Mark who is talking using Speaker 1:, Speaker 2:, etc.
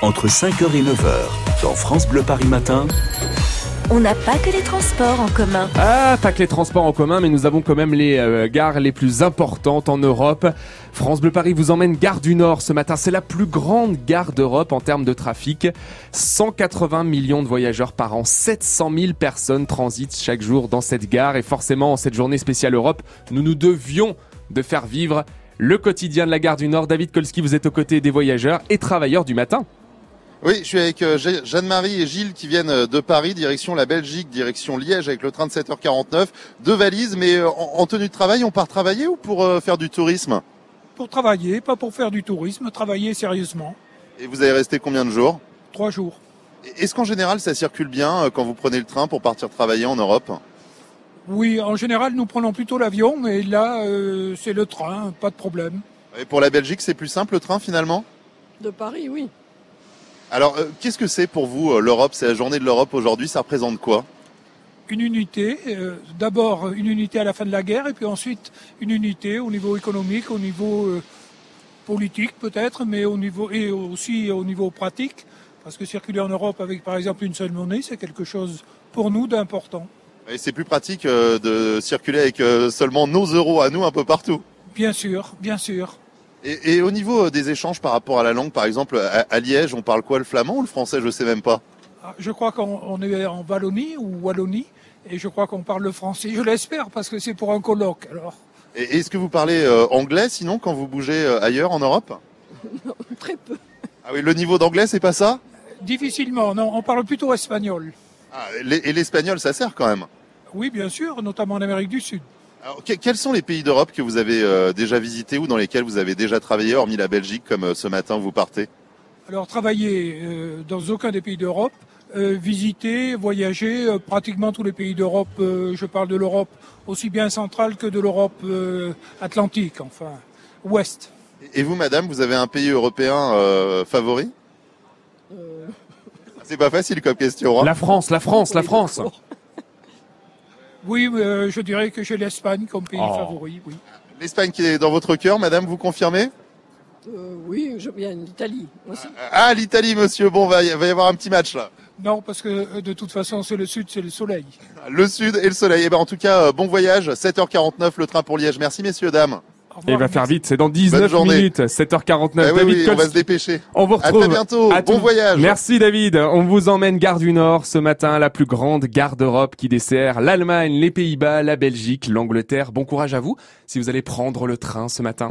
Speaker 1: entre 5h et 9h dans France Bleu Paris Matin.
Speaker 2: On n'a pas que les transports en commun.
Speaker 3: Ah, pas que les transports en commun, mais nous avons quand même les euh, gares les plus importantes en Europe. France Bleu Paris vous emmène gare du Nord ce matin. C'est la plus grande gare d'Europe en termes de trafic. 180 millions de voyageurs par an, 700 000 personnes transitent chaque jour dans cette gare. Et forcément, en cette journée spéciale Europe, nous nous devions de faire vivre le quotidien de la gare du Nord. David Kolski, vous êtes aux côtés des voyageurs et travailleurs du matin.
Speaker 4: Oui, je suis avec euh, Je- Jeanne-Marie et Gilles qui viennent euh, de Paris, direction la Belgique, direction Liège avec le train de 7h49. Deux valises, mais euh, en en tenue de travail, on part travailler ou pour euh, faire du tourisme
Speaker 5: pour travailler, pas pour faire du tourisme, travailler sérieusement.
Speaker 4: Et vous allez rester combien de jours
Speaker 5: Trois jours.
Speaker 4: Et- Est-ce qu'en général ça circule bien euh, quand vous prenez le train pour partir travailler en Europe
Speaker 5: Oui, en général, nous prenons plutôt l'avion, mais là, euh, c'est le train, pas de problème.
Speaker 4: Et pour la Belgique, c'est plus simple le train finalement
Speaker 6: De Paris, oui.
Speaker 4: Alors, euh, qu'est-ce que c'est pour vous euh, l'Europe C'est la journée de l'Europe aujourd'hui, ça représente quoi
Speaker 5: Une unité, euh, d'abord une unité à la fin de la guerre, et puis ensuite une unité au niveau économique, au niveau euh, politique peut-être, mais au niveau et aussi au niveau pratique, parce que circuler en Europe avec par exemple une seule monnaie, c'est quelque chose pour nous d'important.
Speaker 4: Et c'est plus pratique euh, de circuler avec euh, seulement nos euros à nous un peu partout.
Speaker 5: Bien sûr, bien sûr.
Speaker 4: Et, et au niveau euh, des échanges par rapport à la langue, par exemple, à, à Liège, on parle quoi Le flamand ou le français Je sais même pas.
Speaker 5: Ah, Je crois qu'on on est en Wallonie ou Wallonie, et je crois qu'on parle le français. Je l'espère parce que c'est pour un colloque. Alors,
Speaker 4: Et est-ce que vous parlez euh, anglais sinon quand vous bougez euh, ailleurs en Europe
Speaker 6: Très peu.
Speaker 4: Ah oui, le niveau d'anglais, c'est pas ça
Speaker 5: difficilement, non, on parle plutôt espagnol.
Speaker 4: Ah, l'e- Et l'espagnol, ça sert quand même.
Speaker 5: Oui, bien sûr, notamment en Amérique du Sud.
Speaker 4: Alors, que- quels sont les pays d'Europe que vous avez euh, déjà visités ou dans lesquels vous avez déjà travaillé, hormis la Belgique, comme euh, ce matin vous partez
Speaker 5: Alors, travailler euh, dans aucun des pays d'Europe, euh, visiter, voyager euh, pratiquement tous les pays d'Europe. euh, je parle de l'Europe aussi bien centrale que de l'Europe euh, atlantique, enfin, ouest.
Speaker 4: Et vous, madame, vous avez un pays européen euh, favori
Speaker 6: Euh,
Speaker 4: C'est pas facile comme question. hein.
Speaker 3: La France, la France, la France.
Speaker 5: Oui, euh, je dirais que j'ai l'Espagne comme pays
Speaker 3: Oh.
Speaker 5: favori, oui.
Speaker 4: L'Espagne qui est dans votre cœur, madame, vous confirmez
Speaker 6: euh, oui, je viens d'Italie aussi.
Speaker 4: Ah, l'Italie, monsieur. Bon, va y, va y avoir un petit match là.
Speaker 5: Non, parce que euh, de toute façon, c'est le Sud, c'est le soleil.
Speaker 4: Le sud et le soleil. Eh ben, en tout cas, euh, bon voyage. 7h49, le train pour Liège. Merci, messieurs, dames.
Speaker 5: Au
Speaker 3: Et il va
Speaker 5: revoir,
Speaker 3: faire vite, c'est dans 19
Speaker 4: journée.
Speaker 3: minutes, 7h49.
Speaker 4: Eh oui,
Speaker 3: Euh, David
Speaker 4: oui, on
Speaker 3: Kolski,
Speaker 4: va se dépêcher.
Speaker 3: on vous
Speaker 4: À
Speaker 3: retrouve.
Speaker 4: très bientôt.
Speaker 3: À
Speaker 4: bon
Speaker 3: tout-
Speaker 4: voyage.
Speaker 3: Merci David. On vous emmène gare du Nord ce matin, la plus grande gare d'Europe qui dessert l'Allemagne, les Pays-Bas, la Belgique, l'Angleterre. Bon courage à vous si vous allez prendre le train ce matin.